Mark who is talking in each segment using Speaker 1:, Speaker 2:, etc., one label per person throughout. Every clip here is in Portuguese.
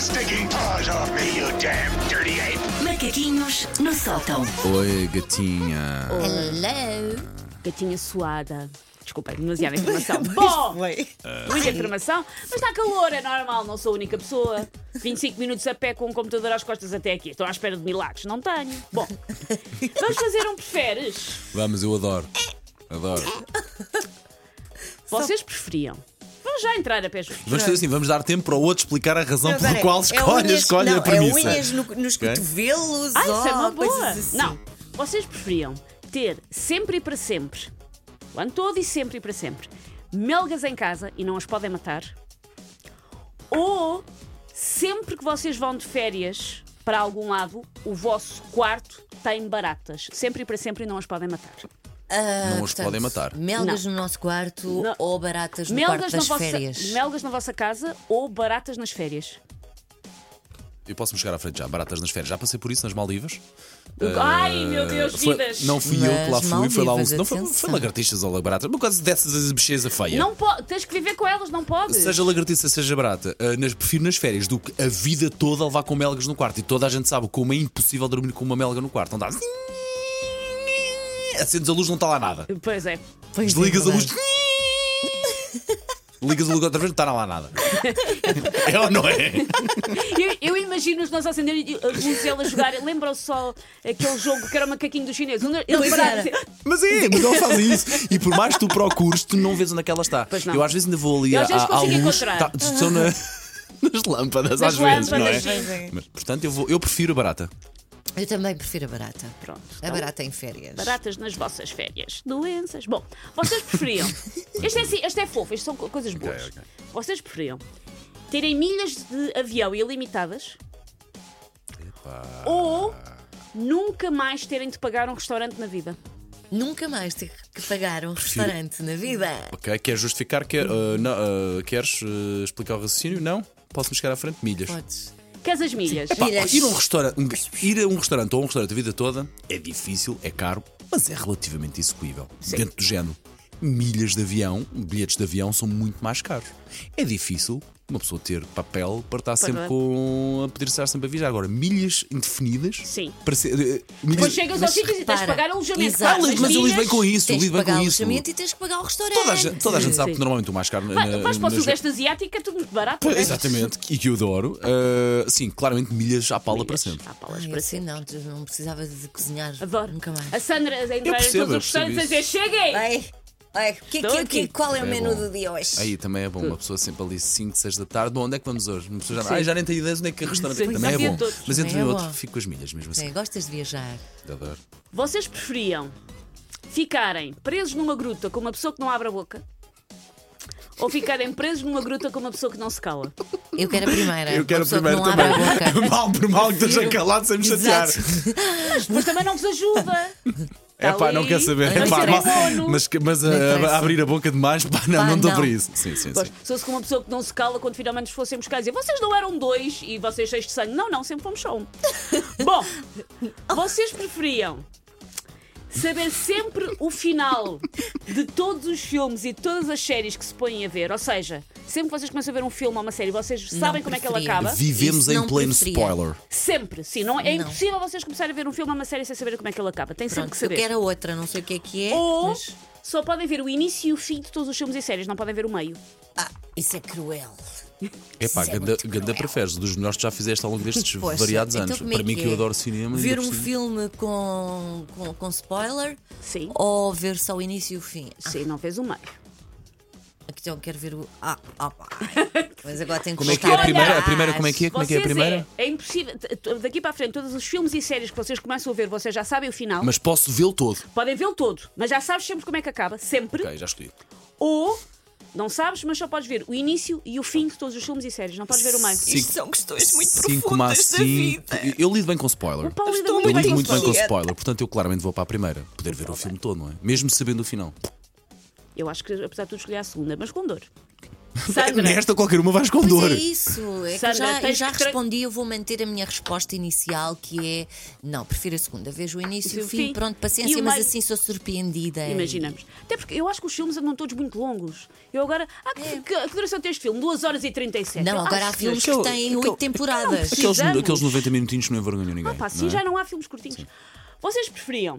Speaker 1: stinking paws off me, you damn dirty ape!
Speaker 2: Macaquinhos no sótão.
Speaker 3: Oi, gatinha.
Speaker 4: Hello!
Speaker 5: Gatinha suada. Desculpem, demasiada informação. Bom, muita informação, mas está calor, é normal, não sou a única pessoa. 25 minutos a pé com o computador às costas até aqui. Estou à espera de milagres, não tenho. Bom, vamos fazer um preferes.
Speaker 3: Vamos, eu adoro. Adoro.
Speaker 5: Vocês preferiam? Vamos já entrar a pé juntos.
Speaker 3: Vamos fazer assim, vamos dar tempo para o outro explicar a razão pela qual escolhe,
Speaker 4: é unhas,
Speaker 3: escolhe
Speaker 4: não,
Speaker 3: a premissa.
Speaker 4: É unhas no- nos
Speaker 3: Ok?
Speaker 4: cotovelos,
Speaker 5: Ah, isso é
Speaker 4: ó,
Speaker 5: uma boa!
Speaker 4: coisas assim.
Speaker 5: Não, vocês preferiam ter sempre e para sempre, o ano todo e sempre e para sempre, melgas em casa e não as podem matar? Ou sempre que vocês vão de férias para algum lado, o vosso quarto tem baratas, sempre e para sempre e não as podem matar?
Speaker 4: Ah,
Speaker 3: Não os podem matar.
Speaker 4: Melgas no nosso quarto
Speaker 5: Não.
Speaker 4: ou baratas no quarto
Speaker 5: Melgas,
Speaker 4: das
Speaker 5: na vossa,
Speaker 4: férias?
Speaker 5: melgas na vossa casa ou baratas nas férias?
Speaker 3: Eu posso-me chegar à frente já, baratas nas férias. Já passei por isso nas Maldivas.
Speaker 5: Ai, meu Deus,
Speaker 3: Ah, foi-
Speaker 5: vidas!
Speaker 3: não fui eu que lá
Speaker 4: Mas
Speaker 3: fui, foi lá um.
Speaker 4: Maldivas,
Speaker 3: Não foi,
Speaker 4: atenção.
Speaker 3: foi lagartixas ou baratas, uma coisa dessas bicheza feia.
Speaker 5: Não po- tens que viver com elas, não podes!
Speaker 3: Seja lagartixa, seja barata, ah, nas- prefiro nas férias do que a vida toda levar com melgas no quarto. E toda a gente sabe como é impossível dormir com uma melga no quarto. Não dá. Acendes a luz, não está lá nada.
Speaker 5: Pois é,
Speaker 4: Pois é,
Speaker 3: Desligas a luz.
Speaker 4: verdade.
Speaker 3: Ligas a luz outra vez, não está lá nada. É ou não é?
Speaker 5: Eu, eu imagino os nossos acenderem a luz e ela jogar. Lembram-se só aquele jogo que era o macaquinho dos chineses? Onde Eles
Speaker 4: Pois
Speaker 5: pararam
Speaker 4: era.
Speaker 5: e diziam,
Speaker 3: Mas é, mas ela faz isso. E por mais que tu procures, tu não vês onde é que ela está.
Speaker 5: Pois não.
Speaker 3: Eu às vezes ainda vou ali
Speaker 5: Eu
Speaker 3: à,
Speaker 5: às vezes
Speaker 3: à
Speaker 5: consigo
Speaker 3: luz.
Speaker 5: encontrar.
Speaker 3: estão na- nas lâmpadas,
Speaker 5: Nas
Speaker 3: às vezes,
Speaker 5: lâmpadas,
Speaker 3: não é?
Speaker 5: sim.
Speaker 3: Mas, portanto, eu, vou, eu prefiro a barata.
Speaker 4: Eu também prefiro a barata.
Speaker 5: Pronto.
Speaker 4: A
Speaker 5: então,
Speaker 4: barata em férias.
Speaker 5: Baratas nas vossas férias. Doenças. Bom, vocês preferiam. Este é, assim- este é fofo, isto são co- coisas boas.
Speaker 3: ok.
Speaker 5: Vocês preferiam terem milhas de avião ilimitadas ou nunca mais terem de pagar um restaurante na vida?
Speaker 4: Nunca mais ter que pagar um restaurante na vida.
Speaker 3: Ok, quer justificar? Quer, ah, não, ah, queres ah, explicar o raciocínio? Não? Posso-me chegar à frente? Milhas.
Speaker 4: Podes.
Speaker 5: Queres as milhas?
Speaker 3: Pá,
Speaker 4: Milhas.
Speaker 3: ir, a um restaurante, um- ir a um restaurante ou a um restaurante a vida toda é difícil, é caro, mas é relativamente execuível. Dentro do género. Milhas de avião, bilhetes de avião são muito mais caros. É difícil uma pessoa ter papel para estar sempre
Speaker 5: não é?
Speaker 3: com. a poder estar sempre a viajar. Agora, milhas indefinidas.
Speaker 5: Sim.
Speaker 3: Para ser, eh, milhas-
Speaker 5: Depois chegas ao
Speaker 4: Mas
Speaker 5: sítio e tens de
Speaker 4: repara,
Speaker 5: pagar um alojamento.
Speaker 4: exato.
Speaker 3: Ah, mas
Speaker 5: Pagas
Speaker 3: eu lido bem
Speaker 5: milhas.
Speaker 3: com isso, eu
Speaker 4: Tens de
Speaker 3: lido bem
Speaker 4: pagar
Speaker 3: com
Speaker 4: o
Speaker 3: isso.
Speaker 4: alojamento e tens de pagar o restaurante.
Speaker 3: Toda a gente, toda a gente sabe
Speaker 5: Sim.
Speaker 3: que normalmente o mais caro. na-
Speaker 5: Vai- Vais para o
Speaker 3: nas-
Speaker 5: Sudeste Asiático, é tudo muito barato.
Speaker 3: Pois,
Speaker 5: não é?
Speaker 3: Exatamente, e que eu adoro. Ah, sim, claramente milhas à pala para sempre.
Speaker 5: Há palas
Speaker 4: Ai,
Speaker 5: para
Speaker 4: assim não, tu não precisava de cozinhar
Speaker 5: Adoro.
Speaker 4: nunca mais.
Speaker 5: A Sandra a entrar em
Speaker 3: percebo,
Speaker 5: todos
Speaker 3: eu
Speaker 5: os restaurantes a
Speaker 3: percebo
Speaker 5: dizer: cheguem!
Speaker 4: Ai, ai, que,
Speaker 5: Estou
Speaker 4: que,
Speaker 5: aqui.
Speaker 4: que, qual é o
Speaker 3: É bom.
Speaker 4: menu do dia hoje?
Speaker 3: Aí também é bom, uma pessoa sempre ali 5, 6 da tarde. Bom, onde é que vamos hoje? Uma pessoa já, ah, já nem tem ideias onde é que é restaurante.
Speaker 5: Sim,
Speaker 3: também
Speaker 5: já
Speaker 3: é
Speaker 5: vi a
Speaker 3: bom.
Speaker 5: todos.
Speaker 3: Mas entre um
Speaker 4: Também
Speaker 3: e
Speaker 4: é
Speaker 3: outro,
Speaker 4: bom.
Speaker 3: fico com as milhas mesmo assim.
Speaker 4: Sim, gostas de viajar?
Speaker 3: Adoro.
Speaker 5: Vocês preferiam ficarem presos numa gruta com uma pessoa que não abre a boca? Ou ficarem presos numa gruta com uma pessoa que não se cala?
Speaker 4: Eu quero a primeira.
Speaker 3: Eu quero
Speaker 4: É, Uma pessoa que
Speaker 3: primeiro
Speaker 4: não abre
Speaker 3: também.
Speaker 4: a boca.
Speaker 3: mal por mal que esteja
Speaker 4: Prefiro.
Speaker 3: calado sem me chatear.
Speaker 4: Exato.
Speaker 5: Mas também não vos ajuda!
Speaker 3: É pá,
Speaker 5: ali.
Speaker 3: não quer saber. É
Speaker 5: Mas
Speaker 3: pá,
Speaker 5: era
Speaker 3: mal-
Speaker 5: mono.
Speaker 3: mas que- mas
Speaker 4: Não
Speaker 3: ah,
Speaker 4: interessa.
Speaker 3: abrir a boca demais, pá, não,
Speaker 4: Pá,
Speaker 3: não dou
Speaker 4: não.
Speaker 3: para isso. Sim, sim, sim.
Speaker 5: Se fosse com uma pessoa que não se cala quando finalmente os fossem buscar e dizer vocês não eram dois e vocês cheios de sangue. Não, não, sempre fomos só um. Bom, vocês preferiam saber sempre o final de todos os filmes e de todas as séries que se põem a ver. Ou seja, sempre que vocês começam a ver um filme ou uma série, vocês sabem como é que ela
Speaker 4: preferia.
Speaker 5: acaba.
Speaker 3: Vivemos
Speaker 4: Isso
Speaker 3: em
Speaker 4: não
Speaker 3: pleno
Speaker 4: preferia.
Speaker 3: spoiler.
Speaker 5: Sempre, sim. Não, é
Speaker 4: Não.
Speaker 5: impossível vocês começarem a ver um filme ou uma série sem saber como é que ela acaba. Tem sempre
Speaker 4: Pronto,
Speaker 5: que
Speaker 4: eu
Speaker 5: saber.
Speaker 4: quero a outra, não sei o que é que é.
Speaker 5: Ou
Speaker 4: mas-
Speaker 5: só podem ver o início e o fim de todos os filmes e séries, não podem ver o meio.
Speaker 4: Ah, isso é cruel.
Speaker 3: É pá,
Speaker 4: Isso é
Speaker 3: ganda,
Speaker 4: muito
Speaker 3: ganda
Speaker 4: cruel.
Speaker 3: preferes, dos melhores que já fizeste ao longo destes
Speaker 4: Poxa,
Speaker 3: variados
Speaker 4: então
Speaker 3: anos.
Speaker 4: como é
Speaker 3: Para mim, que eu adoro cinema. ainda
Speaker 4: Ver
Speaker 3: por
Speaker 4: um
Speaker 3: cima.
Speaker 4: filme com, com, com spoiler
Speaker 5: Sim.
Speaker 4: ou ver só o início e o fim?
Speaker 5: Sim, não vês o meio.
Speaker 4: Ah, então quero ver o. Ah, ah, pá. Mas agora tenho que
Speaker 3: Como é que é a
Speaker 4: voltar
Speaker 3: primeira? A
Speaker 4: atrás.
Speaker 3: primeira, como é que é? Como é que é a
Speaker 5: Vocês
Speaker 3: primeira?
Speaker 5: É, é impossível. t- t- Daqui para a frente, todos os filmes e séries que vocês começam a ver, vocês já sabem o final.
Speaker 3: Mas posso vê-lo todo.
Speaker 5: Podem vê-lo todo, mas já sabes sempre como é que acaba, sempre.
Speaker 3: Ok, já escolhi.
Speaker 5: Ou não sabes, mas só podes ver o início e o fim de todos os filmes e séries. Não podes ver o meio.
Speaker 3: Sim. Isto
Speaker 4: são questões muito
Speaker 3: como assim? Eu- Eu lido bem com spoiler.
Speaker 5: O Paulo lida
Speaker 4: Estou
Speaker 3: Eu
Speaker 5: muito
Speaker 3: lido
Speaker 5: bem
Speaker 3: muito
Speaker 5: com
Speaker 3: bem
Speaker 5: isso.
Speaker 3: com spoiler, portanto eu claramente vou para a primeira. Poder ver o filme todo, não é? Mesmo sabendo o final.
Speaker 5: Eu acho que, apesar de tudo, escolhi a segunda, mas com dor.
Speaker 4: é?
Speaker 5: Sandra.
Speaker 3: Nesta qualquer uma vais com dor.
Speaker 4: Pois é isso, é que eu
Speaker 5: Sandra,
Speaker 4: já, eu
Speaker 5: tens
Speaker 4: já
Speaker 5: que tra-
Speaker 4: respondi, eu vou manter a minha resposta inicial, que é não, prefiro a segunda, vejo o início e o fim, pronto,
Speaker 5: E
Speaker 4: paciência,
Speaker 5: o
Speaker 4: mas
Speaker 5: meio-
Speaker 4: assim sou surpreendida.
Speaker 5: Imaginamos. Até porque eu acho que os filmes andam todos muito longos. Eu agora. Ah, que, que- que duração tem este filme? 2 horas e 37.
Speaker 4: É. Não,
Speaker 5: Eu
Speaker 4: agora há
Speaker 5: acho-
Speaker 4: filmes que
Speaker 3: aquele-
Speaker 4: têm
Speaker 3: aquele-
Speaker 4: oito temporadas.
Speaker 5: aquele-
Speaker 3: Aqueles,
Speaker 5: Precisamos.
Speaker 3: aqueles 90 minutinhos que não envergonham ninguém.
Speaker 5: Ah, pá,
Speaker 3: não
Speaker 5: sim,
Speaker 3: é?
Speaker 5: já não há filmes curtinhos. Vocês preferiam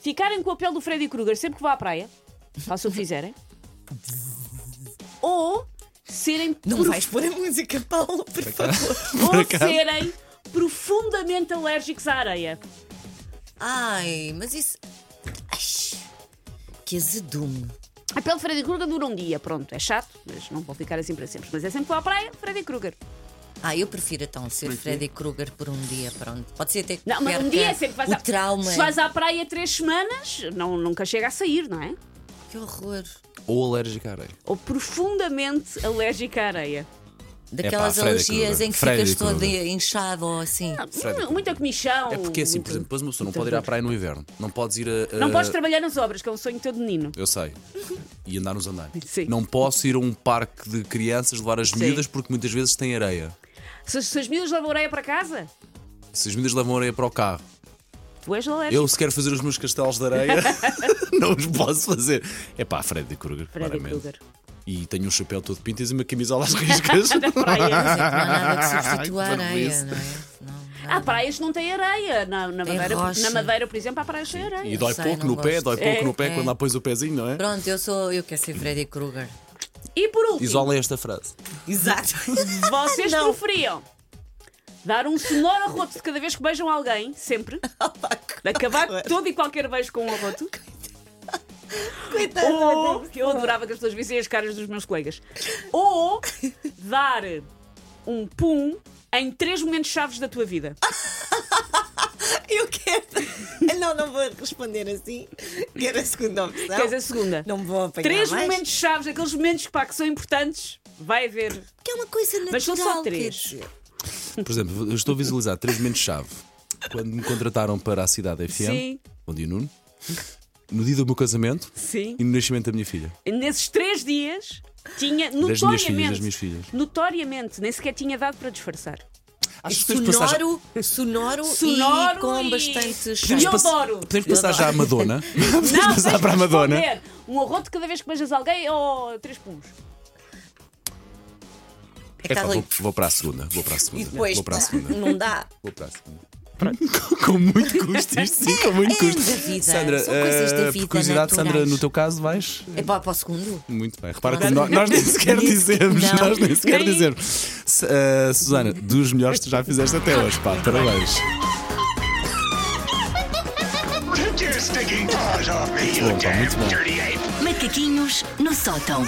Speaker 5: ficarem com o papel do Freddy Krueger sempre que vá à praia? Façam o que fizerem. ou serem.
Speaker 4: Não
Speaker 5: prof-
Speaker 4: vais pôr a música, Paulo, por favor.
Speaker 5: ou serem profundamente alérgicos à areia.
Speaker 4: Ai, mas isso. Ai, que azedume.
Speaker 5: A pele de Freddy Krueger dura um dia, pronto, é chato, mas não vou ficar assim para sempre. Mas é sempre que vou à praia, Freddy Krueger.
Speaker 4: Ah, eu prefiro então ser Freddy Krueger por um dia, pronto. Pode ser até que
Speaker 5: é. Não, mas um
Speaker 4: perca
Speaker 5: dia sempre vais
Speaker 4: é. o
Speaker 5: à...
Speaker 4: trauma. é.
Speaker 5: Se vais à praia três semanas, não, nunca chega a sair, não é?
Speaker 4: Que
Speaker 3: É
Speaker 4: horror.
Speaker 3: Ou alérgica à areia.
Speaker 5: Ou profundamente alérgica à areia.
Speaker 4: Daquelas
Speaker 3: Freddy
Speaker 4: alergias
Speaker 3: Krueger.
Speaker 4: em que
Speaker 3: Freddy
Speaker 4: ficas todo
Speaker 3: Krueger.
Speaker 4: inchado ou assim.
Speaker 5: Ah,
Speaker 3: Freddy Krueger.
Speaker 5: Muita comichão.
Speaker 3: É porque assim, por
Speaker 5: muito-
Speaker 3: exemplo, depois uma pessoa não
Speaker 5: muita
Speaker 3: pode ir à
Speaker 5: dor.
Speaker 3: praia no inverno, não podes ir a. a-
Speaker 5: Não podes trabalhar nas obras, que é um sonho todo menino.
Speaker 3: Eu sei. E andar nos andares.
Speaker 5: Sim.
Speaker 3: Não posso ir a um parque de crianças levar as miúdas porque muitas vezes tem areia.
Speaker 5: Se, as- se as miúdas levam areia para casa,
Speaker 3: Se as miúdas levam areia para o carro,
Speaker 5: tu és alérgico.
Speaker 3: eu se quero fazer os meus castelos de areia, não os posso fazer. É pá, Freddy Krueger,
Speaker 5: Freddy
Speaker 3: claramente.
Speaker 5: Krueger.
Speaker 3: E tenho um chapéu todo de pintas e uma camisola às riscas.
Speaker 5: Praia.
Speaker 4: Mas é que não há nada que substitua a
Speaker 3: Ai, que
Speaker 4: areia,
Speaker 3: parvoíce.
Speaker 4: não é? Não,
Speaker 5: Há praias que não têm areia. Na, na, madeira,
Speaker 4: rocha.
Speaker 5: na madeira, por exemplo, há praias sem areia.
Speaker 3: E dói
Speaker 4: sei,
Speaker 3: pouco
Speaker 4: não
Speaker 3: no pé,
Speaker 4: gosto.
Speaker 3: dói pouco
Speaker 5: É,
Speaker 3: no pé
Speaker 4: é.
Speaker 3: quando lá pões o pezinho, não é?
Speaker 4: Pronto, eu sou. Eu quero ser Freddy Krueger.
Speaker 5: E por último,
Speaker 3: Isolem esta frase.
Speaker 4: Exato.
Speaker 5: vocês preferiam dar um sonoro arroto de cada vez que beijam alguém, sempre, de acabar todo e qualquer beijo com um arroto, ou, que eu adorava que as pessoas vissem as caras dos meus colegas, ou dar um pum em três momentos chaves da tua vida.
Speaker 6: Eu quero. Não, não vou responder assim. Quero a segunda opção.
Speaker 5: Queres a segunda?
Speaker 6: Não me vão apanhar.
Speaker 5: Três
Speaker 6: mais.
Speaker 5: momentos chaves, aqueles momentos pá, que são importantes, vai haver.
Speaker 4: Que é uma coisa natural.
Speaker 5: Mas são só
Speaker 4: quer
Speaker 5: três.
Speaker 4: dizer.
Speaker 3: Por exemplo, eu estou a visualizar três momentos-chave. Quando me contrataram para a Cidade FM,
Speaker 5: Sim.
Speaker 3: onde eu Nuno, no dia do meu casamento
Speaker 5: Sim.
Speaker 3: e no nascimento da minha filha.
Speaker 5: nesses três dias tinha
Speaker 3: minhas filhas,
Speaker 5: notoriamente,
Speaker 3: das minhas filhas.
Speaker 5: notoriamente nem sequer tinha dado para disfarçar.
Speaker 3: Acho que podemos passar, já-
Speaker 4: é Sonoro, sonoro,
Speaker 5: Sonoro
Speaker 4: e com
Speaker 5: e-
Speaker 4: bastante
Speaker 5: E
Speaker 3: podemos
Speaker 5: eu
Speaker 4: cheiro.
Speaker 3: passar-
Speaker 5: adoro.
Speaker 3: podemos passar já à Madonna. Podemos
Speaker 5: Não,
Speaker 3: passar
Speaker 5: tens
Speaker 3: para a
Speaker 5: que
Speaker 3: Madonna.
Speaker 5: responder. Um arroto cada vez que beijas alguém ou três puns.
Speaker 4: É que
Speaker 3: Epá,
Speaker 4: tá
Speaker 3: vou,
Speaker 4: ali. tá.
Speaker 3: vou para a segunda. Vou para a segunda.
Speaker 6: E depois.
Speaker 3: Vou para a segunda.
Speaker 6: Não dá.
Speaker 3: Vou para a segunda. Com- com muito custo, isto sim, com muito
Speaker 4: é
Speaker 3: custo.
Speaker 4: da vida,
Speaker 3: Sandra,
Speaker 4: são coisas da
Speaker 3: eh, por
Speaker 4: vida,
Speaker 3: curiosidade, Sandra,
Speaker 4: naturais.
Speaker 3: no teu caso vais
Speaker 4: É pá, para o segundo?
Speaker 3: Muito bem. Repara como nós, nós nem sequer dizemos.
Speaker 4: Não.
Speaker 3: Nós nem sequer
Speaker 5: Nem-
Speaker 3: dizemos. Se- ah, Susana, dos melhores que tu já fizeste até hoje, pá. Parabéns.
Speaker 1: Take your stinking paws off me, you
Speaker 3: bom, pá,
Speaker 1: damn
Speaker 3: muito bom.
Speaker 1: dirty ape!
Speaker 2: Macaquinhos no sótão.